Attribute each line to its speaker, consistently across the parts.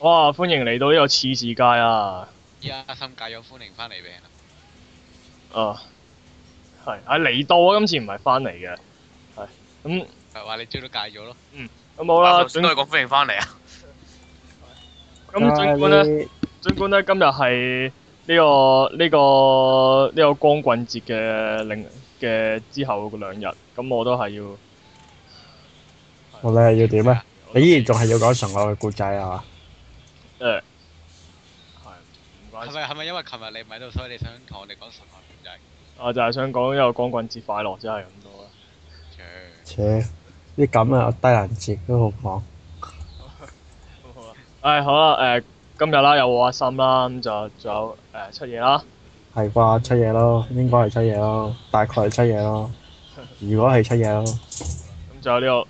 Speaker 1: 哇！歡迎嚟到呢個次世界啊！
Speaker 2: 依家心戒咗，歡迎翻嚟病啦。
Speaker 1: 啊，係係嚟到啊！今次唔係翻嚟嘅，係咁
Speaker 2: 係啊話你朝都戒咗咯。
Speaker 1: 咁好
Speaker 3: 啊
Speaker 1: 啦。
Speaker 3: 頭先都係
Speaker 1: 盡
Speaker 3: 講歡迎翻嚟啊！
Speaker 1: 咁儘管咧，
Speaker 4: 咧，
Speaker 1: 儘管咧，今日係呢個呢個呢個光棍節嘅另嘅之後嗰兩日，咁我都係要
Speaker 4: 我咧要點咧？你依然仲係要講純愛嘅故仔係嘛？
Speaker 1: 係唔關
Speaker 2: 係
Speaker 1: 事。
Speaker 2: 咪係咪因為琴日你唔喺度，所以你想同我哋講純愛故仔？
Speaker 1: 啊我就係想講呢個光棍節快樂，真係咁多啦。啊
Speaker 2: 切
Speaker 4: 切，啲咁嘅低能節都好
Speaker 1: 好啦，唉好啦，誒、今日啦，有我阿心啦，咁就仲有誒、出嘢啦。
Speaker 4: 講，係啩？出嘢咯，應該係出嘢咯，大概係出嘢咯。如果係出嘢咯，
Speaker 1: 咁仲有呢、個，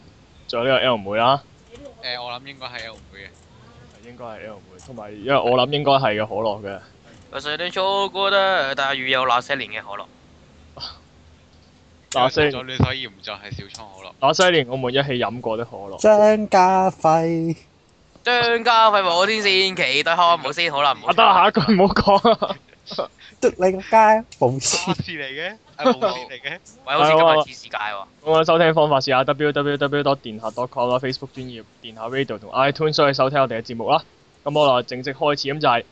Speaker 1: 仲有呢個 L 妹啦，
Speaker 2: 誒，我諗應該係有唔會嘅。
Speaker 1: 應該係 L 妹，同埋因為我諗應該係嘅可樂嘅，
Speaker 3: 我誰都錯過的，但係遇有那些年嘅可樂。
Speaker 1: 那些
Speaker 2: 咗你，所以唔再係小倉 好樂。
Speaker 1: 那些年我們一起飲過的可樂，
Speaker 4: 張家輝
Speaker 3: 張家輝和我天線，期待看無先好啦，唔
Speaker 1: 啊
Speaker 3: 好
Speaker 1: 得啦，下一句唔好講啦，
Speaker 4: 嘟你個街無線，
Speaker 2: 事嚟嘅， 係無事嚟嘅。
Speaker 3: 喂，好似今日次世界喎，
Speaker 1: 咁啊收聽方法試下 www 多電下 .com 啦，Facebook 專頁電下 Radio 同 iTunes 都可以收聽我哋嘅節目啦。咁我啦正式開始咁就係、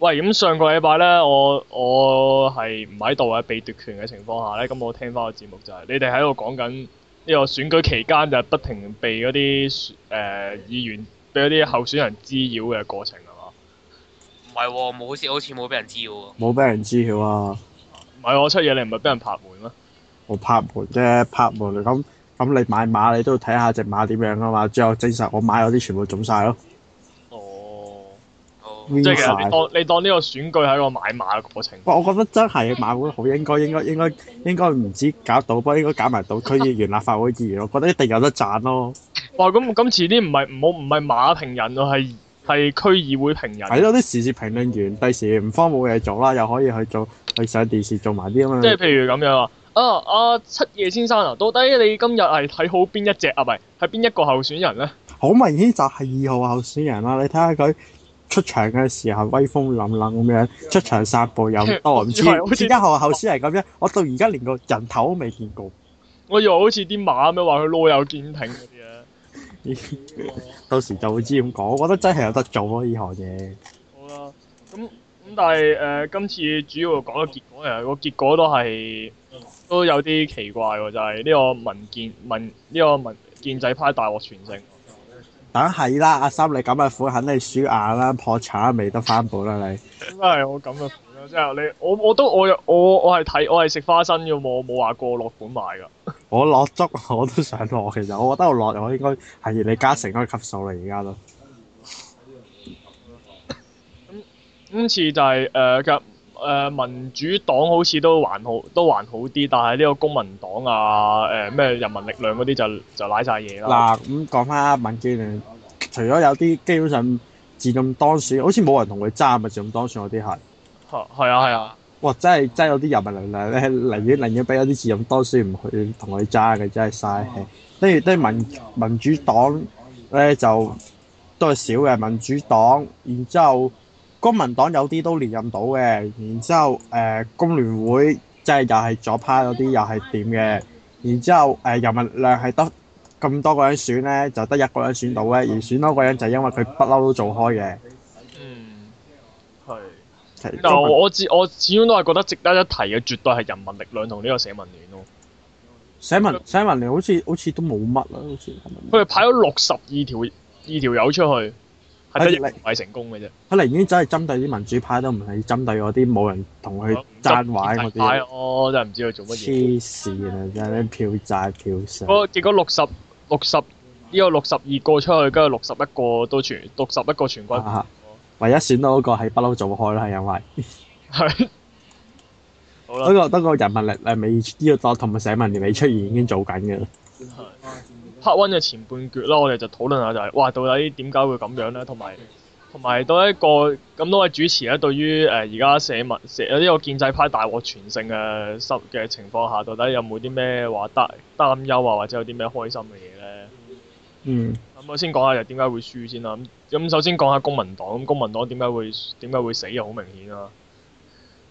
Speaker 1: 喂咁上個禮拜咧，我我係唔喺度嘅，被奪權嘅情況下咧，咁我聽翻個節目就係、你哋喺度講緊呢個選舉期間就係不停被嗰啲誒議員俾嗰啲候選人滋擾嘅過程啊係嘛？
Speaker 3: 唔係喎，冇好似好似冇俾人知喎。
Speaker 4: 冇俾人知曉啊！
Speaker 1: 唔係我出嘢，你唔係俾人拍門咩？
Speaker 4: 我拍門啫，拍門咁咁你買馬你都要睇下只馬點樣啊嘛，之後證實我買嗰啲全部中晒咯，
Speaker 1: 哦，
Speaker 3: 哦，
Speaker 4: 即
Speaker 1: 即係其實你當你當呢個選舉係一個買馬嘅過程。
Speaker 4: 哇！我覺得真係馬會好應該應該應該應該唔止搞賭波，應該搞埋到區議員、立法會議員，我覺得一定有得賺咯。
Speaker 1: 哇！咁咁遲啲唔係唔好唔係馬評人喎，係係區議會評
Speaker 4: 係
Speaker 1: 人。
Speaker 4: 咯，啲時事評論員第時唔慌冇嘢做啦，又可以去做去上電視做埋啲咁
Speaker 1: 即係
Speaker 4: 樣。
Speaker 1: 譬如咁樣啊，啊啊七夜先生啊，到底你今日係睇好邊一隻啊？唔係係邊一個候選人咧？
Speaker 4: 好明顯就係二號候選人啦，你睇下佢出場嘅時候威風凛凛咁樣，出場散步又多，唔
Speaker 1: 以為好似
Speaker 4: 知一號候選人咁樣，我到而家連個人頭都未見過。
Speaker 1: 我以為好似啲馬咁樣話佢老有堅挺嗰啲啊咧。
Speaker 4: 到時就會知點講，我覺得真係有得做咯呢行嘢。
Speaker 1: 好啦，咁咁但係誒、呃今次主要講嘅結果其實個結果都係都有啲奇怪喎，就係、呢個民建民呢、個民建制派大獲全勝。
Speaker 4: 梗係啦，阿三你咁嘅款肯定輸硬啦，破產未得翻本啦你。
Speaker 1: 真係我咁嘅款啦，即係你我我都我有我我係睇我係食花生嘅喎，我冇話過落本買㗎。
Speaker 4: 我落足 我都想落，其實我覺得我落我應該係李嘉誠嗰個級數啦，而家都。
Speaker 1: 今次就係呃誒嘅誒民主黨好似都還好都還好啲，但係呢個公民黨啊誒咩、人民力量嗰啲就就賴晒嘢啦。
Speaker 4: 嗱咁講翻民建聯，除咗有啲基本上自動當選，好似冇人同佢爭啊，自動當選嗰啲係。
Speaker 1: 嚇係啊係啊，
Speaker 4: 哇！真係真係有啲人民力量咧，寧願寧願俾嗰啲自動當選唔去同佢爭嘅，真係嘥氣。跟住啲民民主黨咧就都係少嘅，民主黨，然之後公民黨有啲都連任到嘅，然之後誒、呃工聯會即係又係左派嗰啲又係點嘅，然之後誒、呃人民力量係得咁多個人選咧，就得一個人選到咧，而選多個人就係因為佢不嬲都做開嘅。
Speaker 1: 嗯係。
Speaker 4: 其
Speaker 1: 但係我我自我始終都係覺得值得一提嘅，絕對係人民力量同呢個社民聯咯。
Speaker 4: 社民社民聯好似好似都冇乜啦，好似係咪
Speaker 1: 佢哋派咗六十二條二條友出去，係得一個唔係成功嘅啫。
Speaker 4: 佢寧願走係針對啲民主派，都唔係針對嗰啲冇人同佢
Speaker 1: 哦
Speaker 4: 爭位嗰
Speaker 1: 派
Speaker 4: 啲。
Speaker 1: 我哦真係唔知佢做乜嘢。
Speaker 4: 黐線啊！真係啲票債票上。
Speaker 1: 嗰結果六十六十呢個六十二個出去，跟住六十一個都全六十一個全軍
Speaker 4: 啊唯一選到嗰個係不嬲做開啦，係因為
Speaker 1: 係。好
Speaker 4: 不
Speaker 1: 啦，
Speaker 4: 過不過人民力量未呢個黨同埋社民聯未出現已經做緊嘅啦。
Speaker 1: 拍 o 嘅前半橛啦，我哋就討論下就係、哇，到底點解會咁樣咧？同埋同埋到底個咁多位主持咧，對於誒而家社民社呢個建制派大獲全勝嘅失嘅情況下，到底有冇啲咩話擔擔憂啊，或者有啲咩開心嘅嘢咧？
Speaker 4: 嗯，
Speaker 1: 咁我先講下又點解會輸先啦。咁咁首先講下公民黨，咁公民黨點解會點解會死又好明顯啊啦、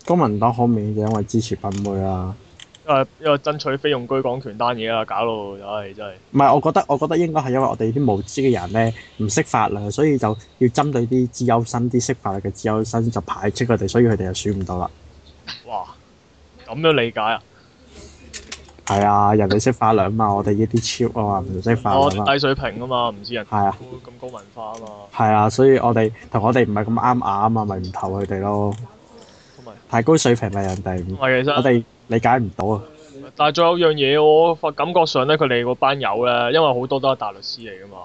Speaker 4: 公民黨好明顯就因為支持品妹啊啦。
Speaker 1: 因為啊因為爭取非用居港權單嘢啦，搞到唉真係。
Speaker 4: 唔係，我覺得我覺得應該係因為我哋啲無知嘅人咧唔識法律，所以就要針對啲資優生、啲識法律嘅資優生就排斥佢哋，所以佢哋就選唔到啦。
Speaker 1: 哇！咁樣理解啊？
Speaker 4: 係啊，人哋識法律啊嘛，我哋呢啲超啊嘛，唔識法
Speaker 1: 我
Speaker 4: 律啊嘛。
Speaker 1: 低水平啊嘛，唔知人
Speaker 4: 係啊，
Speaker 1: 咁高文化啊嘛，
Speaker 4: 係啊，所以我哋同我哋唔係咁啱眼啊嘛，咪唔投佢哋咯。
Speaker 1: 同埋
Speaker 4: 太高水平啦，人哋唔
Speaker 1: 同埋啊其
Speaker 4: 嗯我
Speaker 1: 實，
Speaker 4: 哋理解唔到啊。
Speaker 1: 但係仲有一樣嘢，我發感覺上咧，佢哋嗰班友咧，因為好多都係大律師嚟噶嘛，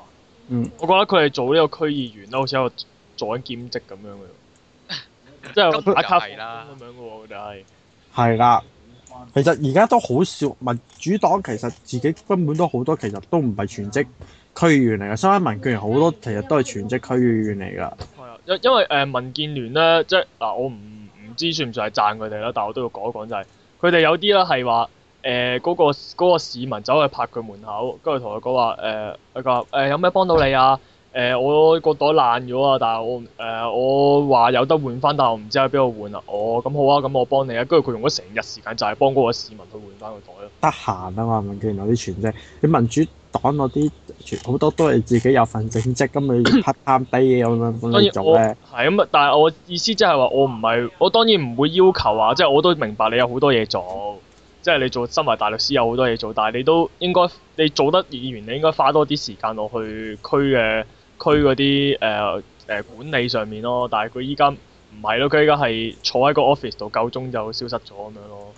Speaker 4: 嗯，
Speaker 1: 我覺得佢哋做呢個區議員咧，好似喺度做緊兼職咁樣嘅喎，即
Speaker 2: 根
Speaker 1: 係
Speaker 2: 本
Speaker 1: 打
Speaker 2: 就
Speaker 1: 卡
Speaker 2: 係啦
Speaker 1: 放工咁樣嘅喎，佢哋係。
Speaker 4: 係啦。其實而家都好少民主黨，其實自己根本都好多，其實都唔係全職區議員嚟嘅。相反，民建聯好多其實都係全職區議員嚟㗎。
Speaker 1: 係啊，因因為誒、呃民建聯咧，即係嗱、我唔唔知算唔算係讚佢哋啦，但我都要講一講就係、佢哋有啲咧係話誒嗰個嗰個市民走去拍佢門口，跟住同佢講話誒，佢話誒有咩幫到你啊？誒、我個袋爛咗啊，但係我誒、我話有得換翻，但係我唔知喺邊度換啊。哦，咁好啊，咁我幫你啊。跟住佢用咗成日時間就係幫嗰個市民去換翻個袋咯。
Speaker 4: 得閒啊嘛，民建聯嗰啲全職，你民主黨嗰啲全好多都係自己有份正職，咁你 part time 低嘢咁樣咁
Speaker 1: 當
Speaker 4: 你
Speaker 1: 然
Speaker 4: 做
Speaker 1: 嗯我
Speaker 4: 咧，
Speaker 1: 係咁啊，但係我意思即係話我唔係，我當然唔會要求啊，即係我都明白你有好多嘢做，即係你做身為大律師有好多嘢做，但係你都應該你做得議員，你應該花多啲時間落去區嘅區嗰啲誒誒管理上面咯。但係佢依家唔係咯，佢依家係坐喺個 office 度夠鐘就消失咗咁樣咯。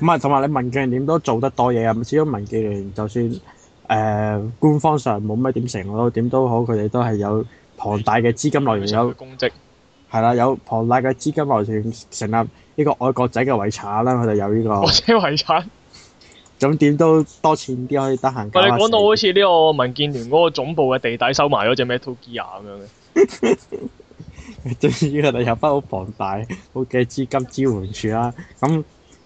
Speaker 4: 咁啊同埋你民建聯點都做得多嘢啊，始終民建聯就算誒、呃官方上冇乜點成咯，點都好，佢哋都係有龐大嘅資金來源，有
Speaker 1: 公職
Speaker 4: 係啦，有龐大嘅資金來源成立呢個愛國仔嘅遺產啦，佢哋有呢、
Speaker 1: 我 車遺產。
Speaker 4: 個，咁點都多錢啲可以得閒搞
Speaker 1: 喂，
Speaker 4: 下
Speaker 1: 你講到好
Speaker 4: 事
Speaker 1: 似呢個民建聯嗰個總部嘅地底收埋咗隻 Metal Gear 咁樣嘅。
Speaker 4: 最主要佢哋有筆好龐大好嘅資金支援處啦，咁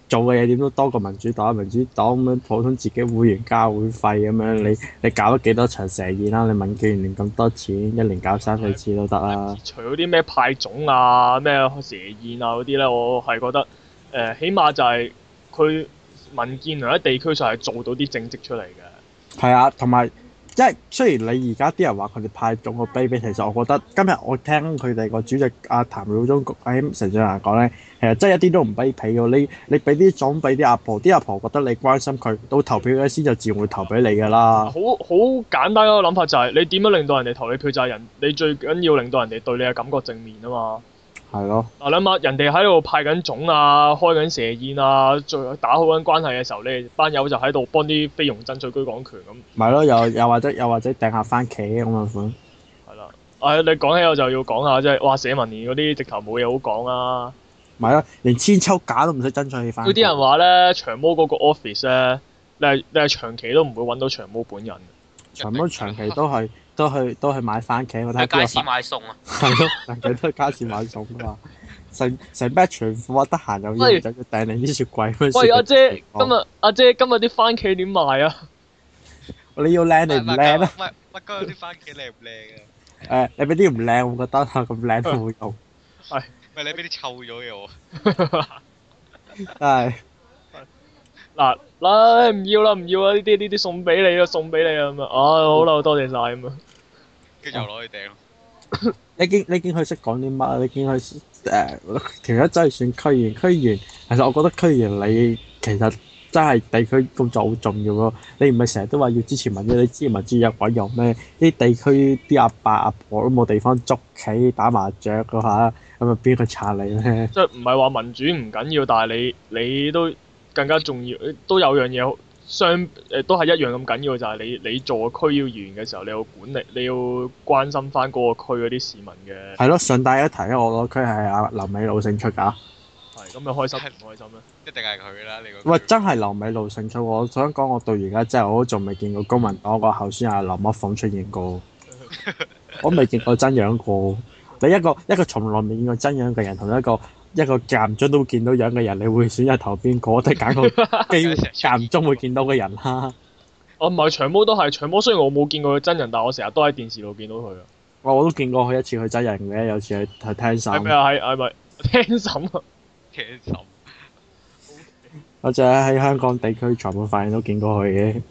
Speaker 4: 做嘅嘢點都多過民主黨，民主黨咁樣普通自己會員交會費咁樣，你你搞咗幾多場蛇宴啦？你民建聯咁多錢，一年搞三四次都得啦。
Speaker 1: 除咗啲咩派種啊、咩蛇宴啊嗰啲咧，我係覺得誒、呃起碼就係佢民建聯喺地區上係做到啲政績出嚟嘅。
Speaker 4: 係啊，同埋即係雖然你而家啲人話佢哋派中個 baby，其實我覺得今日我聽佢哋個主席阿譚耀宗喺成俊牙講咧，其實真係一啲都唔卑鄙嘅。你你俾啲種俾啲阿婆，啲阿婆覺得你關心佢，到投票嗰陣先就自然會投俾你㗎啦
Speaker 1: 好。好簡單一個諗法就係、你點樣令到人哋投你票就係人，你最緊要令到人哋對你嘅感覺正面啊嘛。
Speaker 4: 係咯。
Speaker 1: 嗱諗下，人哋喺度派緊種啊、開緊蛇宴啊、最打好緊關係嘅時候，你班友就喺度幫啲菲傭爭取居港權咁。
Speaker 4: 咪咯，又又或者又或者掟下番茄咁嘅款，
Speaker 1: 係啦，啊你講起我就要講下即係，哇社民連嗰啲直頭冇嘢好講啊啦、
Speaker 4: 咪咯，連千秋假都唔使爭取起番茄。
Speaker 1: 有啲人話咧，長毛嗰個 office 咧，你係你係長期都唔會揾到長毛本人。
Speaker 4: 長毛長期都係都去都去買番茄，我睇下
Speaker 3: 喺
Speaker 4: 邊個
Speaker 3: 街市
Speaker 4: 番
Speaker 3: 買餸啊，
Speaker 4: 係咯， 長期都去街市買餸㗎嘛，成成 batch 全副啊，得閒有嘢就要掟你啲雪櫃嗰陣時
Speaker 1: 喂，阿姐，
Speaker 4: 地
Speaker 1: 今
Speaker 4: 方
Speaker 1: 日阿姐今日啲番茄點賣啊？
Speaker 4: 你要靚
Speaker 2: 唔係
Speaker 4: 定
Speaker 2: 唔
Speaker 4: 唔
Speaker 2: 係
Speaker 4: 靚啊
Speaker 2: 唔
Speaker 4: 咧？
Speaker 2: 係唔係嗰啲番茄靚唔靚啊？
Speaker 4: 誒，你俾啲唔靚，我覺得啊咁靚都冇用，
Speaker 2: 唔係你俾啲臭咗嘅我。
Speaker 4: 真係
Speaker 1: 嗱，唉唔要啦唔要啦，呢啲呢啲送俾你啦，送俾你啦咁啊！啊好啦，多謝晒咁啊！
Speaker 2: 跟住又攞去掟咯。
Speaker 4: 你見你見佢識講啲乜啊？你見佢誒條友真係選區議員，區議員其實我覺得區議員你其實真係地區工作好重要咯。你唔係成日都話要支持民主，你支持民主有鬼用咩？啲地區啲阿伯阿婆都冇地方捉棋打麻雀嗰下，咁啊邊個撐你咧？
Speaker 1: 即係唔係話民主唔緊要，但係你你都更加重要，都有樣嘢好相誒都係一樣咁緊要，就係、你你做區議員嘅時候，你要管理，你要關心翻嗰個區嗰啲市民嘅
Speaker 4: 係咯，順帶一提咧，我個區係阿劉美露勝出㗎。
Speaker 1: 係咁，你開心唔開心咧？
Speaker 2: 一定係佢啦，你個
Speaker 4: 喂，真係劉美露勝出，我想講我到而家真係我都仲未見過公民黨個候選人阿林乜鳳出現過，我未見過真樣過。你一個一個從來未見過真樣嘅人，同一個一個間唔中都會見到 樣嘅人，你會選擇投邊個？我都係揀個機會間唔中會見到嘅人啦。
Speaker 1: 我哦唔係長毛都係長毛，雖然我冇見過佢真人，但我成日都喺電視度見到佢啊。
Speaker 4: 我我都見過佢一次去真人嘅，有次去睇聽
Speaker 1: 係咩
Speaker 4: 審，
Speaker 1: 啊？係係咪 聽審啊？
Speaker 2: 茄手
Speaker 4: 或者喺香港地區裁判法院都見過佢嘅。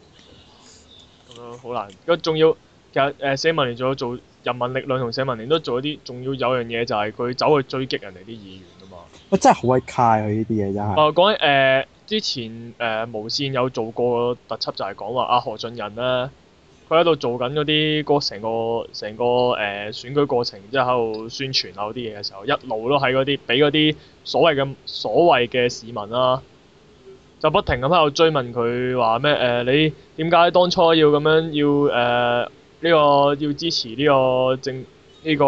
Speaker 1: 咁樣好難。咁仲要其實誒社民連仲有做人民力量同社民連都做一啲，仲要有樣嘢就係佢走去追擊人哋啲議員啊嘛。
Speaker 4: 喂，真係好鬼卡佢呢啲嘢真係。
Speaker 1: 啊，講起誒之前誒、呃、無線有做過特輯，就係講話阿何俊仁咧，佢喺度做緊嗰啲嗰成個成個誒、呃、選舉過程，然之後喺度宣傳啊嗰啲嘢嘅時候，一路都喺嗰啲俾嗰啲所謂嘅所謂嘅市民啦、就不停咁喺度追問佢話咩誒你點解當初要咁樣要誒呢、個要支持呢個政呢、個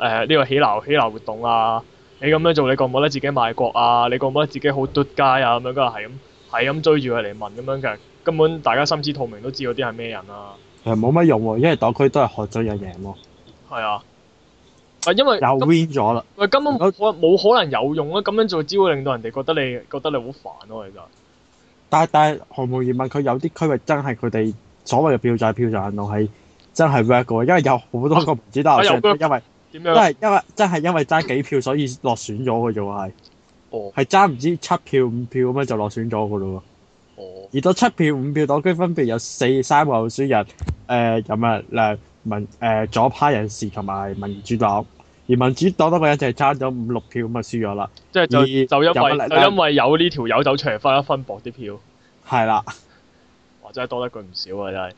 Speaker 1: 呃誒呢、個起鬧起鬧活動啊？你咁樣做，你覺唔覺得自己賣國啊？你覺唔覺得自己好嘟街啊？咁樣跟住係咁係咁追住佢嚟問咁樣嘅，根本大家心知肚明都知道啲係咩人啊啦、
Speaker 4: 其實冇乜用喎，因為黨區都係學咗人贏喎，
Speaker 1: 啊。係啊，啊因為
Speaker 4: 又
Speaker 1: 根
Speaker 4: win 咗啦。
Speaker 1: 喂根本冇可冇可能有用啊！咁樣做只會令到人哋覺得你覺得你好煩啊咯、其實
Speaker 4: 但係但係毫無疑問，佢有啲區域真係佢哋所謂嘅票債票債行動係真係 work 嘅喎，因為有好多個民主
Speaker 1: 啊
Speaker 4: 黨
Speaker 1: 有
Speaker 4: 候選人
Speaker 1: work
Speaker 4: 都因為
Speaker 1: 點
Speaker 4: 都
Speaker 1: 樣？
Speaker 4: 係因為真係因為爭幾票所以落選咗嘅啫喎，係
Speaker 1: 哦
Speaker 4: 係爭唔知七票五票咁樣就落選咗嘅嘞喎。
Speaker 1: 哦，
Speaker 4: 而到七票五票黨區分別有四三個候選人，呃啊誒、人民量民誒、呃左派人士同埋民主黨，而民主黨嗰個人就係爭咗五六票咁就輸咗啦，
Speaker 1: 即係就
Speaker 4: 而
Speaker 1: 就因
Speaker 4: 有乜
Speaker 1: 為
Speaker 4: 力
Speaker 1: 就
Speaker 4: 啦
Speaker 1: 因為有呢條友走出嚟分一分薄啲票，
Speaker 4: 係啦，
Speaker 1: 哇！真係多得佢唔少啊！真係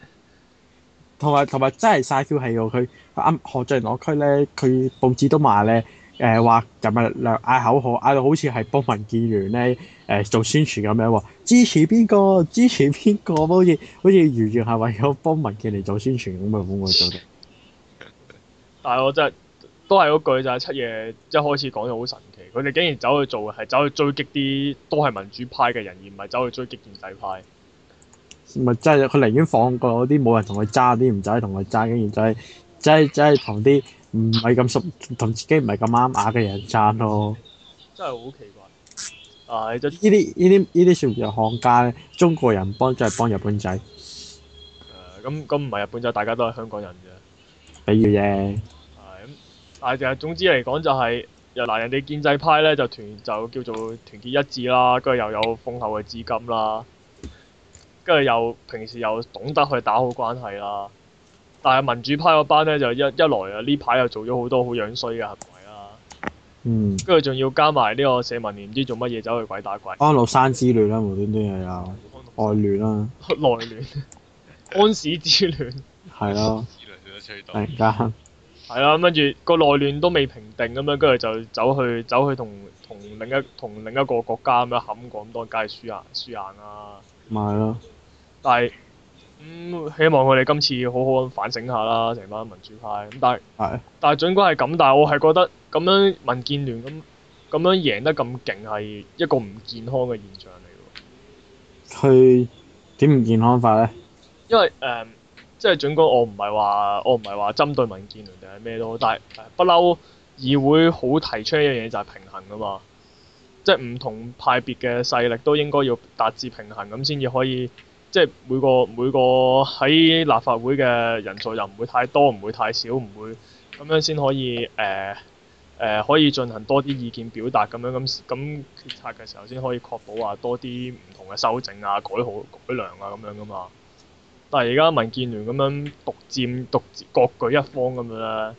Speaker 4: 同埋同埋真係嘥 Q 氣喎，佢啱何俊朗區咧，佢報紙都話咧。誒話人民量嗌口號，嗌到好似係幫民建聯咧誒、做宣傳咁樣喎，支持邊個 支持邊個，好似好似完全係為咗幫民建聯做宣傳咁啊，會唔會做到？
Speaker 1: 但係我真係都係嗰句就係七夜一開始講咗好神奇，佢哋竟然走去做嘅係走去追擊啲都係民主派嘅人，而唔係走去追擊建制派。
Speaker 4: 咪真係佢寧願放過啲冇人同佢爭啲唔使同佢爭，跟住就係真係真係同啲唔係咁熟、同自己唔係咁啱牙嘅人爭咯。
Speaker 1: 真係好奇怪。唉、真
Speaker 4: 呢啲呢啲呢啲算唔算漢奸咧？中國人幫就係幫日本仔，
Speaker 1: 誒呃咁咁唔係日本仔，大家都係香港人啫。
Speaker 4: 比喻啫。
Speaker 1: 係咁，但係就係總之嚟講就係、又嗱，人哋建制派咧就團就叫做團結一致啦，跟住又有豐厚嘅資金啦，跟住又平時又懂得去打好關係啦。但係民主派嗰班咧就一一來啊呢排又做咗好多好樣衰嘅行為啦，
Speaker 4: 嗯，
Speaker 1: 跟住仲要加埋呢個社民連唔知做乜嘢走去鬼打鬼，
Speaker 4: 安祿山之亂啦，無端端又有外亂啦，
Speaker 1: 內亂、安史之亂。
Speaker 4: 係咯，
Speaker 2: 之類都吹到
Speaker 4: 突，然間
Speaker 1: 係啦，跟住個內亂都未平定咁樣，跟住就走去走去同同另一同另一個國家咁樣冚過，咁當然梗係輸硬輸硬啦。
Speaker 4: 咪係咯。
Speaker 1: 但係咁、嗯希望佢哋今次好好咁反省下啦，成班民主派。咁但係
Speaker 4: 係
Speaker 1: 但係儘管係咁，但係我係覺得咁樣民建聯咁咁樣贏得咁勁係一個唔健康嘅現象嚟喎。
Speaker 4: 佢點唔健康法咧？
Speaker 1: 因為誒、嗯即係儘管我唔係話我唔係話針對民建聯定係咩都好，但係誒不嬲議會好提出一樣嘢就係平衡啊嘛，即係唔同派別嘅勢力都應該要達至平衡咁先至可以，即係每個每個喺立法會嘅人數又唔會太多，唔會太少，唔會咁樣先可以誒。呃誒、可以進行多啲意見表達咁樣咁咁決策嘅時候，先可以確保話多啲唔同嘅修正啊、改好、改良啊咁樣噶嘛。但係而家民建聯咁樣獨佔獨各據一方咁樣咧，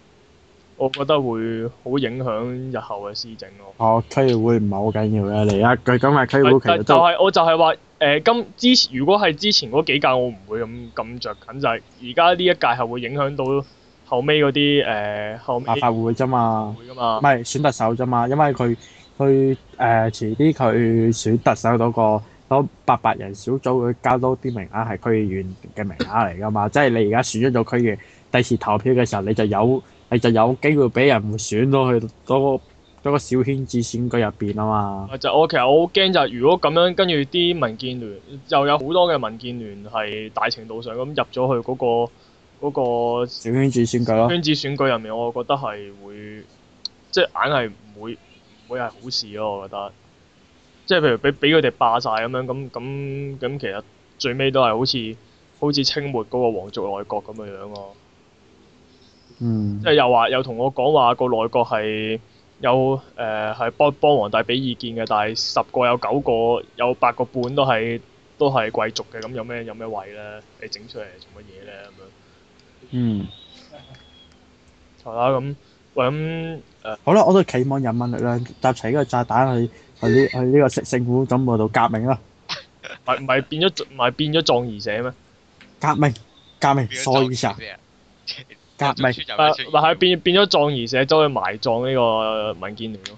Speaker 1: 我覺得會好影響日後嘅施政咯。
Speaker 4: 哦，區議會唔係好緊要嘅，你而家佢今日區議會其
Speaker 1: 但
Speaker 4: 實
Speaker 1: 就
Speaker 4: 都
Speaker 1: 係、我就係話誒，今、之前如果係之前嗰幾屆，我唔會咁咁着緊，就係而家呢一屆係會影響到後尾嗰啲誒後尾
Speaker 4: 立法會啫嘛。
Speaker 1: 會噶嘛
Speaker 4: 唔。係選特首啫嘛，因為佢佢誒遲啲佢選特首嗰個嗰八百人小組，佢交多啲名額係區議員嘅名額嚟噶嘛，即係你而家選咗做區議員，第時投票嘅時候你就有你就有機會俾人選到去嗰個嗰個小圈子選舉入邊啊嘛。
Speaker 1: 啊就我其實我好驚就係如果咁樣跟住啲民建聯又有好多嘅民建聯係大程度上咁入咗去嗰、個嗰、個
Speaker 4: 小圈子選舉咯，
Speaker 1: 圈子選舉入面，我覺得係會即係硬係唔會唔會係好事咯，我覺得。即係譬如俾俾佢哋霸晒咁樣，咁咁咁其實最尾都係好似好似清末嗰個皇族內閣咁嘅樣咯。
Speaker 4: 嗯
Speaker 1: 即，係又話又同我講話個內閣係有誒係幫幫皇帝俾意見嘅，但係十個有九個有八個半都係都係貴族嘅，咁有咩有咩位咧？你整出嚟做乜嘢咧？咁
Speaker 4: 嗯，
Speaker 1: 樣係啦，咁喂咁誒
Speaker 4: 好啦，我都期望人民力量集齊呢個炸彈去去呢去呢個政政府總部度革命啦，
Speaker 1: 咪咪變咗咪變咗葬儀社咩？
Speaker 4: 革命革命，
Speaker 2: 變咗
Speaker 4: 所
Speaker 2: 裝
Speaker 4: 以啊，
Speaker 2: 飾啫
Speaker 4: 革命
Speaker 2: 裝
Speaker 1: 咪
Speaker 2: 飾又出現
Speaker 1: 咪啊係變變咗葬儀社走去埋葬呢個民建聯咯。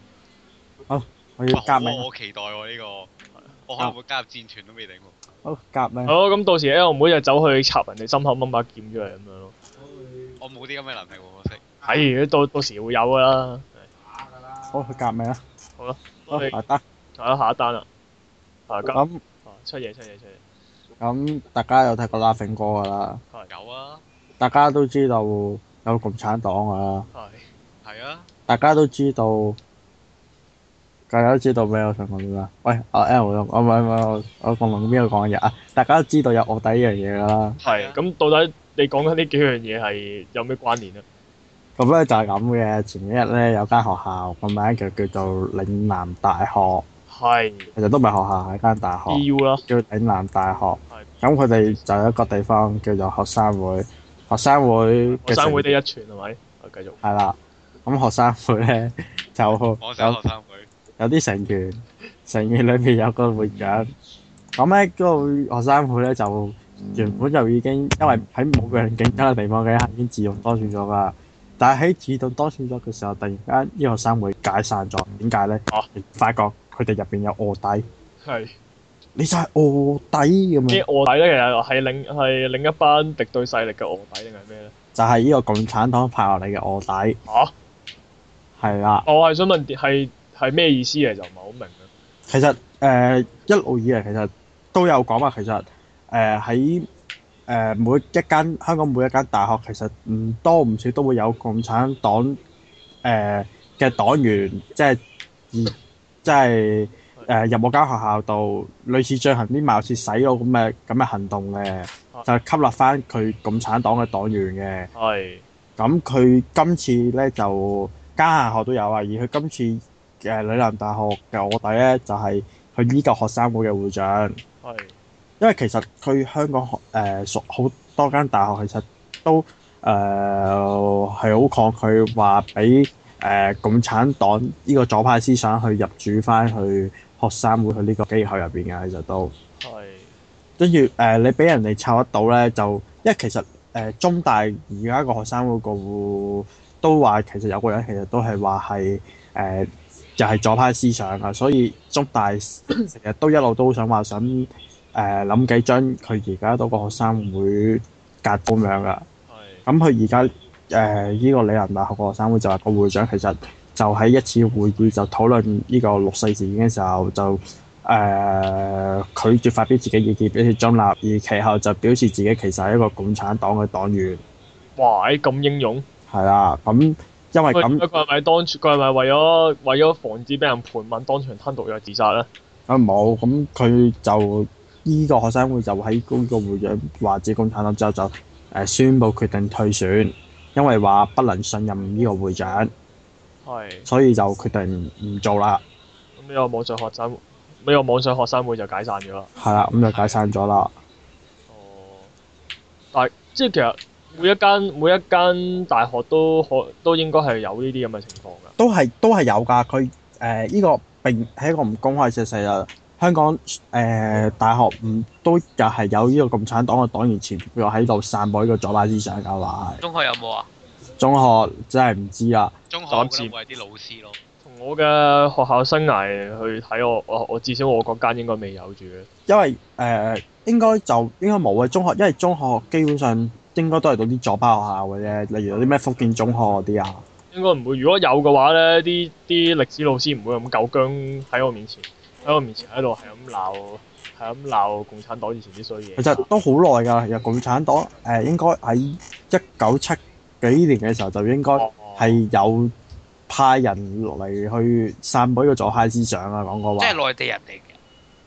Speaker 4: 我要革
Speaker 2: 哇
Speaker 4: 命，啊
Speaker 2: 我期待喎呢個，我可能會加入戰團都未定喎。
Speaker 4: 好革命
Speaker 1: 係，咯，咁到時 L 妹就走去插人哋心口掹把劍出嚟咁樣咯。
Speaker 2: 我冇啲咁嘅能力喎，可惜。
Speaker 1: 係，到到時會有噶啦。
Speaker 4: 好去革命啦，好
Speaker 1: 我哋
Speaker 4: 啊得，
Speaker 1: 睇下下一單啦。啊，今啊
Speaker 4: 咁
Speaker 1: 出嘢出嘢出嘢。
Speaker 4: 咁大家有睇過 Laughing 哥㗎啦，
Speaker 2: 有啊，
Speaker 4: 大家都知道有共產黨㗎啦，
Speaker 1: 係。
Speaker 2: 係啊，
Speaker 4: 大家都知道。大家都知道咩？我想講咩啊？喂，阿 L，我唔係唔係我我講同邊個講嘢啊？大家都知道有卧底呢樣嘢㗎啦。
Speaker 1: 係，
Speaker 2: 啊
Speaker 1: 咁到底你講緊呢幾樣嘢係有咩關聯啊？
Speaker 4: 咁咧就係咁嘅，前幾日咧有間學校個名就叫做嶺南大學，
Speaker 1: 係
Speaker 4: 其實都唔係學校，係間大學，
Speaker 1: EU 啦，
Speaker 4: 叫嶺南大學。咁佢哋就有一個地方叫做學生會，學生會
Speaker 1: 學
Speaker 4: 嘅
Speaker 1: 生會
Speaker 4: 成
Speaker 1: 得一傳係咪？啊，繼續。
Speaker 4: 係啦。咁學生會咧就
Speaker 2: 我想
Speaker 4: 有
Speaker 2: 學生會。
Speaker 4: 有啲成員，成員裏邊有個會長。咁咧嗰個學生會咧就原本就已經因為喺冇人競爭嘅地方嘅，已經自動當選咗㗎啦。但係喺自動當選咗嘅時候，突然間呢個學生會解散咗，點解咧
Speaker 1: 啊？
Speaker 4: 發覺佢哋入邊有卧底，
Speaker 1: 係。
Speaker 4: 你就係卧底咁樣，
Speaker 1: 啲卧底咧，其實係另係另一班敵對勢力嘅卧底定係咩咧？
Speaker 4: 就係呢個共產黨派落嚟嘅卧底，
Speaker 1: 嚇！
Speaker 4: 係啦。
Speaker 1: 哦我係想問係係咩意思嚟？就唔係好明啊。
Speaker 4: 其實誒、呃一路以嚟其實都有講話，其實誒喺誒每一間香港每一間大學其實唔多唔少都會有共產黨誒嘅黨員，即係而即係誒、呃入我間學校度，類似進行啲貌似洗腦咁嘅咁嘅行動嘅，就係吸納翻佢共產黨嘅黨員嘅。
Speaker 1: 係。
Speaker 4: 咁佢今次咧就間下學都有啊，而佢今次誒嶺南大學嘅卧底咧就係佢依個學生會嘅會長，
Speaker 1: 係。
Speaker 4: 因為其實佢香港學誒屬好多間大學其實都誒係好抗拒話俾誒共產黨呢個左派思想去入主翻去學生會佢呢個機構入邊嘅，其實都。
Speaker 1: 係。
Speaker 4: 跟住誒，你俾人哋抄得到咧，就因為其實誒、呃中大而家個學生嗰個都話，其實有個人其實都係話係誒，就係、左派思想啊，所以中大成日都一路都想話想誒諗幾張佢而家嗰個學生會隔咁樣噶。
Speaker 1: 係。
Speaker 4: 咁佢而家誒呢個嶺南大學個學生會就話個會長其實就喺一次會議就討論呢個六四事件嘅時候就誒、呃拒絕發表自己意見，表示中立，而其後就表示自己其實係一個共產黨嘅黨員，
Speaker 1: 哇！誒咁英勇。
Speaker 4: 係啦。咁因為
Speaker 1: 喂咁
Speaker 4: 咁
Speaker 1: 佢係咪當佢係咪為咗為咗防止俾人盤問，當場吞毒藥自殺咧？
Speaker 4: 咁冇，咁佢就呢、個學生會就喺嗰個會長話自己共產黨之後就誒、呃宣布決定退選，因為話不能信任呢個會長，
Speaker 1: 係。
Speaker 4: 所以就決定唔唔做啦。
Speaker 1: 咁呢個網上學生，呢個網上學生會就解散咗啦。
Speaker 4: 係啦，咁就解散咗啦。
Speaker 1: 哦，但係即係其實每一間每一間大學都可都應該係有呢啲咁嘅情況㗎。
Speaker 4: 都係都係有㗎，佢誒呢個並係一個唔公開嘅事實啊。香港誒、呃大學唔都又係有呢個共產黨嘅黨員潛伏喺度散播呢個左派思想㗎話係。
Speaker 3: 中學有冇啊？
Speaker 4: 中學真係唔知啊啦，
Speaker 2: 中學我覺得會係啲老師咯，
Speaker 1: 同我嘅學校生涯去睇，我我我至少我嗰間應該未有住嘅。
Speaker 4: 因為誒、呃、應該就應該冇嘅啊中學，因為中學基本上應該都係到啲左派學校嘅啫，例如有啲咩福建中學嗰啲啊。
Speaker 1: 應該唔會。如果有嘅話咧，啲啲歷史老師唔會咁夠薑喺我面前，喺我面前喺度係咁鬧，係咁鬧共產黨以前啲衰嘢。哦
Speaker 4: 其實都好耐㗎，其實共產黨誒、呃、應該喺一九七幾年嘅時候就應該。
Speaker 1: 哦
Speaker 4: 係有派人落嚟去散播呢個左派思想啊，講過
Speaker 3: 即
Speaker 4: 話
Speaker 3: 係，內地人嚟嘅。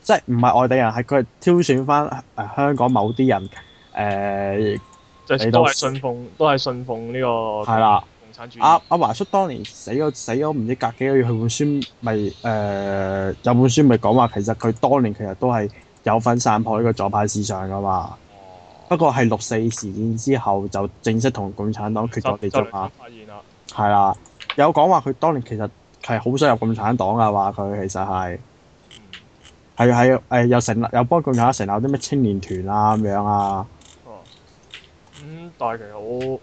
Speaker 4: 即係唔係外地人，係佢係挑選翻誒香港某啲人誒、誒
Speaker 1: 即係
Speaker 4: 你都
Speaker 1: 都係信奉，都係信奉呢個
Speaker 4: 係啦。啊
Speaker 1: 共產主
Speaker 4: 阿
Speaker 1: 義。
Speaker 4: 阿華叔當年死咗死咗唔知隔幾個月，佢本書咪誒、呃有本書咪講話，其實佢當年其實都係有份散播呢個左派思想噶嘛。
Speaker 2: 哦，
Speaker 4: 不過係六四事件之後就正式同共產黨決咗地
Speaker 1: 就
Speaker 4: 啫嘛，
Speaker 1: 發現啦，
Speaker 4: 係啦。有講話佢當年其實係好想入共產黨啊，話佢其實係
Speaker 1: 嗯
Speaker 4: 係係誒又成立又幫共產黨成立啲咩青年團啊咁樣啊。
Speaker 1: 哦嗯，但係其實我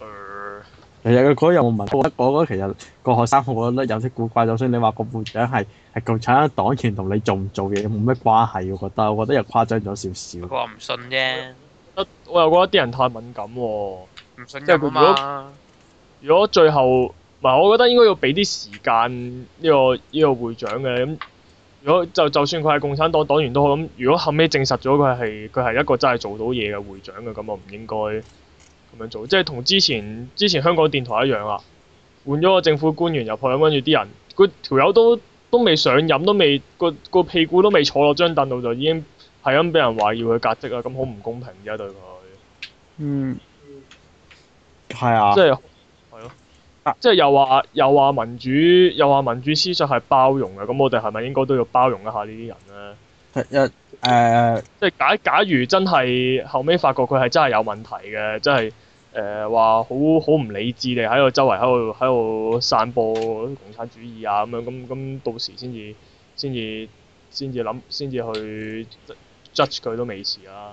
Speaker 1: 呃誒
Speaker 4: 其實佢嗰日有冇問，我覺得我覺得其實個學生，我覺得有啲古怪。就算你話個部長係係共產黨黨員，同你做唔做嘢冇咩關係，我覺得，我覺得又誇張咗少少。
Speaker 3: 佢話唔信啫，
Speaker 1: 覺得我又覺得啲人太敏感喎。
Speaker 3: 唔信
Speaker 1: 即係
Speaker 3: 任
Speaker 1: 佢如果
Speaker 3: 啊嘛。
Speaker 1: 如果最後唔係，我覺得應該要俾啲時間呢個呢個會長嘅咁。如果就就算佢係共產黨黨員都好，咁如果後尾證實咗佢係佢係一個真係做到嘢嘅會長嘅，咁我唔應該咁樣做。即係同之前之前香港電台一樣啦，換咗個政府官員入去，咁跟住啲人佢條友都都未上任，都未個個屁股都未坐落張凳度就已經係咁俾人話要佢革職啦，咁好唔公平啫對佢。
Speaker 4: 嗯，係啊
Speaker 1: 即，係啊係咯，即係又話又話民主又話民主思想係包容嘅，咁我哋係咪應該都要包容一下呢啲人咧？
Speaker 4: 誒誒
Speaker 1: 即係假假如真係後尾發覺佢係真係有問題嘅，真係誒話好好唔理智地喺度周圍喺度喺度散播共產主義啊咁樣，咁咁到時先至先至先至諗先至去 judge 佢都未遲啊啦。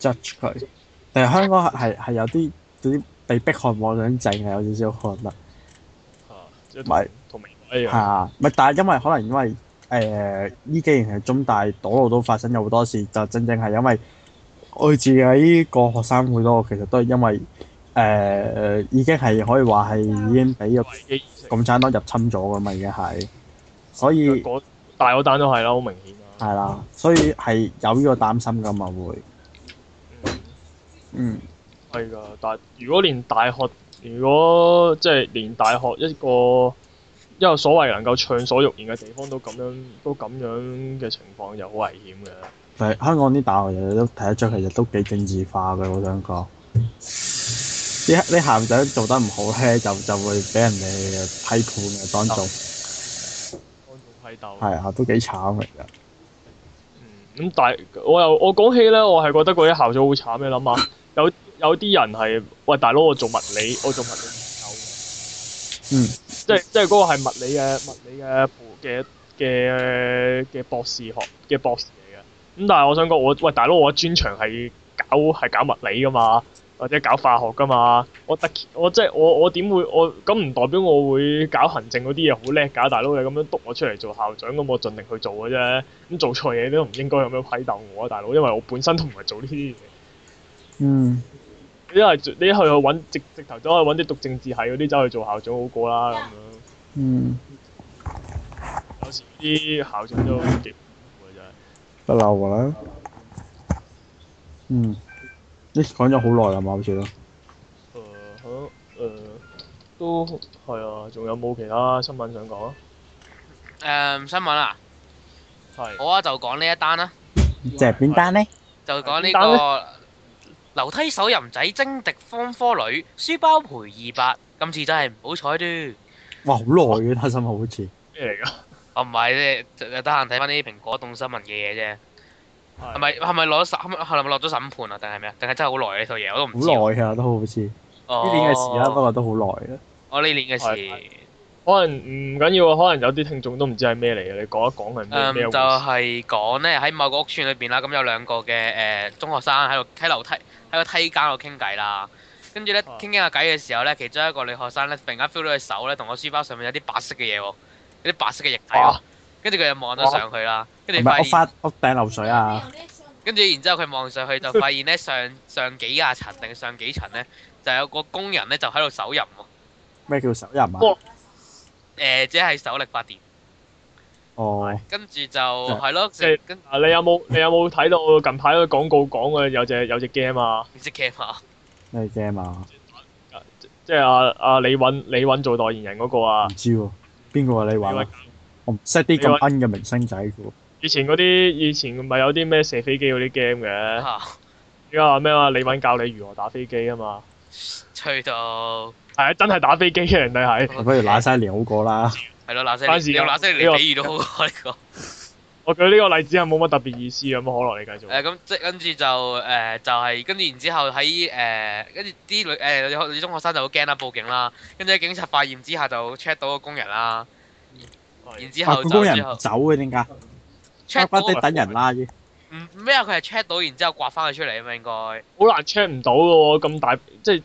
Speaker 4: judge 佢，但係香港係係有啲有啲被迫害妄想症係有少少可能。
Speaker 1: 嚇即係
Speaker 4: 咪
Speaker 1: 同同美國一樣。
Speaker 4: 係啊，咪但係因為可能因為誒呢幾年係中大島路都發生咗好多事，就正正係因為我自己喺個學生會度，其實都係因為誒、呃已經係可以話係已經俾個
Speaker 1: 危機意識
Speaker 4: 共產黨入侵咗噶嘛，已經係，所以
Speaker 1: 嗰大嗰單都係啦，好明顯啊啦。
Speaker 4: 係啦，所以係有呢個擔心噶嘛會，
Speaker 1: 嗯
Speaker 4: 嗯
Speaker 1: 係㗎，但係如果連大學，如果即係連大學一個一個所謂能夠暢所欲言嘅地方都咁樣都咁樣嘅情況，就好危險嘅。
Speaker 4: 但係香港啲大學其實都睇得出，其實都幾政治化嘅，我想講。啲啲校長做得唔好咧，就就會俾人哋批判嘅當眾。
Speaker 1: 安度批鬥。
Speaker 4: 係啊，都幾慘嚟㗎。
Speaker 1: 嗯，咁但係我又我講起咧，我係覺得嗰啲校長好慘嘅，你諗下，有有啲人係喂大佬，我做物理，我做物理研究嘅，
Speaker 4: 嗯，
Speaker 1: 即係即係嗰個係物理嘅物理嘅嘅嘅嘅博士學嘅博士嚟嘅。咁但係我想講，我喂大佬，我專長係搞係搞物理噶嘛，或者搞化學噶嘛，我特我即係我我點會我咁唔代表我會搞行政嗰啲嘢好叻㗎，大佬你咁樣督我出嚟做校長，咁我盡力去做嘅啫。咁做錯嘢都唔應該咁樣批鬥我啊，大佬，因為我本身都唔係做呢啲嘢。
Speaker 4: 嗯，
Speaker 1: 你一係做你一係去揾直直頭走去揾啲讀政治系嗰啲走去做校長好過啦咁樣。
Speaker 4: 嗯，
Speaker 1: 有時啲校長都幾苦嘅真係。
Speaker 4: 不嬲㗎啦。嗯，你講咗好耐啦嘛，好似都。
Speaker 1: 誒好誒、都係啊！仲有冇其他新聞想講啊？
Speaker 3: 誒新聞啊，
Speaker 1: 係
Speaker 3: 好啊，就講呢一單啦，
Speaker 4: 即係邊單呢？
Speaker 3: 就講呢
Speaker 1: 邊單
Speaker 3: 個樓梯手淫仔征敵方科女，書包賠二百，今次真係唔好彩嘟。
Speaker 4: 哇，好耐嘅單新聞好似。
Speaker 1: 咩嚟㗎？
Speaker 3: 我唔係咧，就就得閒睇翻啲蘋果動新聞嘅嘢啫。係咪係咪攞審係咪係咪落咗審判啊？定係咩啊？定係真係好耐呢套嘢我都唔知。
Speaker 4: 好耐啊，都好似呢
Speaker 3: 哦
Speaker 4: 年嘅事啦，不過都好耐啊啦。
Speaker 3: 我呢年嘅
Speaker 1: 係
Speaker 3: 事，
Speaker 1: 可能唔緊要啊，可能有啲聽眾都唔知係咩嚟嘅，你講一講係
Speaker 3: 嗯，
Speaker 1: 咩咩回
Speaker 3: 就
Speaker 1: 事？
Speaker 3: 係講咧喺某個屋村裏邊啦，咁有兩個嘅誒中學生喺度喺樓梯喺個梯間度傾偈啦。跟住咧
Speaker 1: 啊
Speaker 3: 傾傾下偈嘅時候咧，其中一個女學生咧突然間 feel 到佢手咧同我書包上面有啲白色嘅嘢喎，有啲白色嘅液體喎
Speaker 1: 哇。
Speaker 3: 跟住佢就望咗上去啦，跟
Speaker 4: 唔
Speaker 3: 住發
Speaker 4: 係
Speaker 3: 現
Speaker 4: 屋。花屋頂漏水啊！
Speaker 3: 跟住然之後佢望上去就發現咧上上幾廿層定上幾層咧，就有個工人咧就喺度手淫喎，誒、
Speaker 4: 咩叫手淫啊？
Speaker 1: 哇
Speaker 3: 即係手力發電，
Speaker 4: 哦，
Speaker 3: 跟住就係咯，
Speaker 1: 即係
Speaker 3: 跟
Speaker 1: 啊，你有冇你有冇睇到近排嗰個廣告講嘅有隻有隻 game 啊？
Speaker 3: 唔識 game 啊，
Speaker 4: 咩 game 啊？
Speaker 1: 即係阿阿李允李允做代言人嗰個啊
Speaker 4: 唔，知喎，邊個啊？你話
Speaker 1: 李
Speaker 4: 啦我唔識啲咁奀嘅明星仔嘅喎。
Speaker 1: 啊
Speaker 3: 啊
Speaker 1: 以前嗰啲以前咪有啲咩射飛機嗰啲 game 嘅，
Speaker 3: 嚇
Speaker 1: 依家咩啊？李敏教你如何打飛機啊嘛，
Speaker 3: 吹到
Speaker 1: 係啊，真係打飛機嘅人哋係。
Speaker 4: 不如揦晒年好過啦。
Speaker 3: 係咯，
Speaker 1: 關
Speaker 3: 嗱聲
Speaker 1: 事
Speaker 3: 你有
Speaker 1: 㗎
Speaker 3: 嗱聲
Speaker 1: 呢個
Speaker 3: 嚟比喻都好過呢個。
Speaker 1: 我舉呢個例子係冇乜特別意思咁，可樂你繼續。
Speaker 3: 誒咁即係跟住就誒就係跟住然之後喺誒跟住啲女誒有啲中學生就好驚啦，報警啦，跟住喺警察化驗之下就 check 到個工人啦，然 之
Speaker 4: 啊，
Speaker 3: 後
Speaker 4: 個工
Speaker 3: 就
Speaker 4: 人
Speaker 3: 之
Speaker 4: 唔
Speaker 3: 後
Speaker 4: 走嘅點解？
Speaker 3: check
Speaker 4: 乖
Speaker 3: 到
Speaker 4: 乖地等人拉啫。
Speaker 3: 唔咩啊？佢係 check 到然之後刮翻佢出嚟啊嘛，應該係
Speaker 1: 好難 check 唔到嘅喎，咁大即係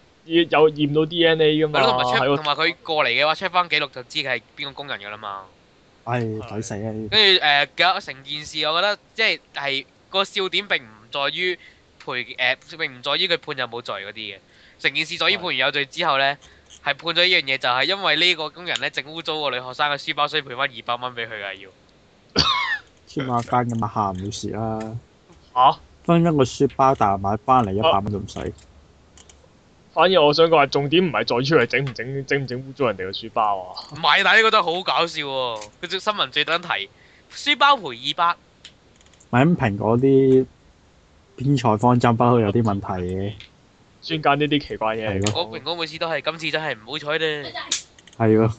Speaker 1: 要有驗到 DNA 㗎嘛，
Speaker 3: 咯，同埋
Speaker 1: 喺
Speaker 3: check
Speaker 1: 個
Speaker 3: 同埋佢過嚟嘅話 check 翻記錄就知佢係邊個工人㗎啦嘛。
Speaker 4: 唉，抵死啊！呢啲
Speaker 3: 跟住誒，搞成件事，我覺得即係係個笑點並唔在於賠誒、呃並唔在於佢判有冇罪嗰啲嘅。成件事在於判完有罪之後咧，係判咗一樣嘢，就係因為呢個工人咧整污糟個女學生嘅書包，所以賠翻二百蚊俾佢啊㗎要。
Speaker 4: 天馬間咁啊，下唔到事啦。
Speaker 1: 嚇。
Speaker 4: 分一個書包，但係買翻嚟一百蚊都唔使。
Speaker 1: 反而我想講係重點唔係在於佢整唔整整唔整污糟人哋個書包啊。
Speaker 3: 唔係，但係呢個真係好搞笑喎、佢隻新聞最登提，書包賠二百，
Speaker 4: 咪咁蘋果啲邊菜方針不嬲有啲問題嘅，
Speaker 1: 專揀呢啲奇怪嘢嚟
Speaker 4: 係
Speaker 3: 我
Speaker 1: 嘅
Speaker 3: 蘋。果每次都係，今次真係唔好彩咧。
Speaker 4: 係咯，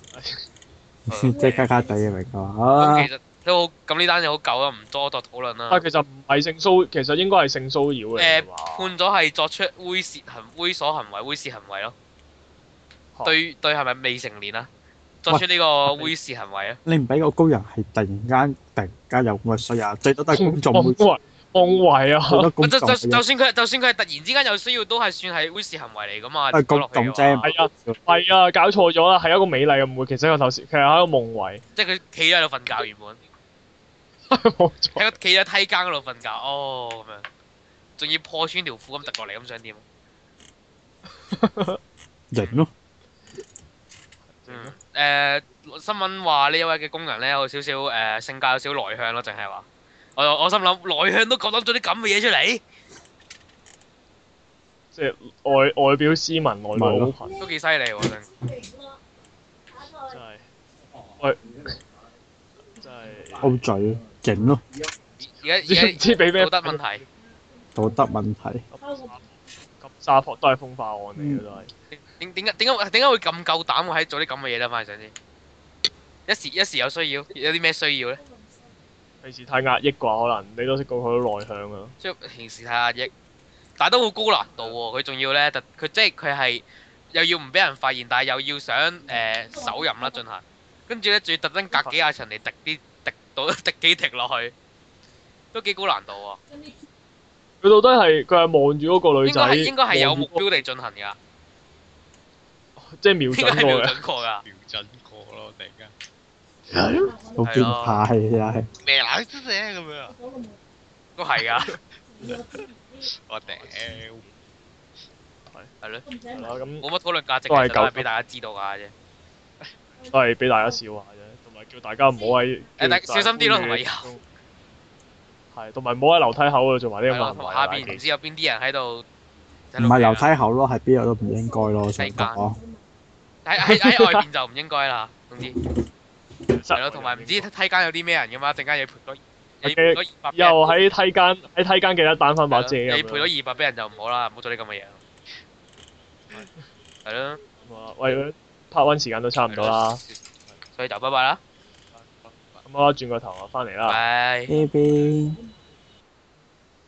Speaker 4: 即
Speaker 3: 嗯
Speaker 4: 係卡卡地嘅明白啊
Speaker 3: 咁。其實都好，咁呢單嘢好舊啦，唔多作討論啦。
Speaker 1: 但其實唔係性騷，其實應該係性騷擾嚟㗎嘛
Speaker 3: 判咗係作出猥褻行猥瑣行為、猥褻行為咯。
Speaker 1: 嚇
Speaker 3: 對對，係咪未成年啊？作出呢個猥褻行為啊？
Speaker 4: 你唔俾個高人係突然間突然間有咁嘅衰啊，最多都係公眾 會，
Speaker 1: 妄
Speaker 4: 最
Speaker 1: 為妄為啊！
Speaker 4: 多
Speaker 3: 就
Speaker 4: 公
Speaker 3: 就
Speaker 4: 眾
Speaker 3: 就就
Speaker 4: 會
Speaker 3: 算佢就算佢係突然之間有需要，都係算係猥褻行為嚟噶嘛？
Speaker 4: 係
Speaker 3: 跌咗落去
Speaker 4: 咁
Speaker 3: 嘅
Speaker 4: 咁
Speaker 3: 話
Speaker 1: 係啊，係啊，搞錯咗啦，係一個美麗嘅誤會，其實一個頭先，其實係一個夢遺，
Speaker 3: 即係佢企咗喺度瞓覺，原本
Speaker 1: 冇錯。
Speaker 3: 喺個企咗喺梯間嗰度瞓覺，哦咁樣，仲要破穿條褲咁突落嚟，咁想點？啊
Speaker 4: 型咯，
Speaker 3: 嗯，
Speaker 4: 啊
Speaker 3: 誒新聞話呢一位嘅工人咧有少少誒性格有少內向咯，淨係話我我心諗內向都夠膽做啲咁嘅嘢出嚟。
Speaker 1: 即係外外表斯文，內
Speaker 4: 咪
Speaker 1: 裏
Speaker 4: 咯
Speaker 1: 好貧，
Speaker 3: 都幾犀利喎！真係
Speaker 1: 真係喂，真係
Speaker 3: 哦
Speaker 4: 勾嘴型咯，
Speaker 3: 而
Speaker 1: 唔 知唔
Speaker 3: 家
Speaker 1: 知俾咩
Speaker 3: 而家道德問題，
Speaker 4: 道德問題。
Speaker 1: 金沙坡都係風化案嚟嘅都係。
Speaker 3: 嗯點點解點解點解會咁夠膽會喺做啲咁嘅嘢咧？翻嚟想先，一時一時有需要，有啲咩需要咧？
Speaker 1: 平時太壓抑啩，可能你都識講佢好內向啊。
Speaker 3: 即係平時睇下益，但係都好高難度喎。佢仲要咧，特佢即係佢係又要唔俾人發現，但係又要想誒手淫啦進行，跟住咧仲要特登隔幾廿層嚟滴啲滴到 滴幾滴落去，都幾高難度喎。
Speaker 1: 佢到底係佢係望住嗰個女
Speaker 3: 應該係
Speaker 1: 仔，
Speaker 3: 應該係有目
Speaker 1: 望住
Speaker 3: 標地進行㗎，
Speaker 1: 嗰即係瞄
Speaker 3: 應
Speaker 1: 準
Speaker 3: 該係
Speaker 1: 過
Speaker 3: 瞄
Speaker 1: 嘅。
Speaker 3: 準過㗎。
Speaker 2: 瞄準過咯，突然間
Speaker 4: 好變態真係，
Speaker 2: 咩奶啫咁樣啊，
Speaker 3: 都係㗎，
Speaker 2: 我頂。
Speaker 3: 係咯，
Speaker 1: 係啦咁
Speaker 3: 冇乜討論價值，
Speaker 1: 都係
Speaker 3: 其實都係
Speaker 1: 夠
Speaker 3: 俾大家知道㗎啫。
Speaker 1: 都係俾大家笑下啫，同埋叫大家唔好喺
Speaker 3: 誒大小心啲咯同埋以
Speaker 1: 有係同埋唔好喺樓梯口度做埋呢
Speaker 3: 係
Speaker 1: 個
Speaker 3: 咯，
Speaker 1: 行
Speaker 3: 同埋
Speaker 1: 為
Speaker 3: 下
Speaker 1: 啊！
Speaker 3: 邊
Speaker 1: 大
Speaker 3: 唔知有邊啲人喺度，
Speaker 4: 唔係
Speaker 3: 啊
Speaker 4: 樓梯口咯，係邊度都唔應該咯，想講。
Speaker 3: 喺喺喺外邊就唔應該啦。總之
Speaker 1: 忌
Speaker 3: 係啊咯，同埋唔知梯間有啲咩人噶嘛，陣間要賠多又要賠多二百，
Speaker 1: 又喺梯間喺梯間記得單翻把遮
Speaker 3: 又要
Speaker 1: 咁
Speaker 3: 賠
Speaker 1: 樣。
Speaker 3: 多二百俾人就唔好啦，唔好做啲咁嘅嘢。係咯，
Speaker 1: 哇啊喂，part one 時間都差唔多啦，
Speaker 3: 所以就拜拜啦，
Speaker 1: 咁我轉個頭啊，翻嚟啦。
Speaker 3: 拜。
Speaker 4: 呢邊。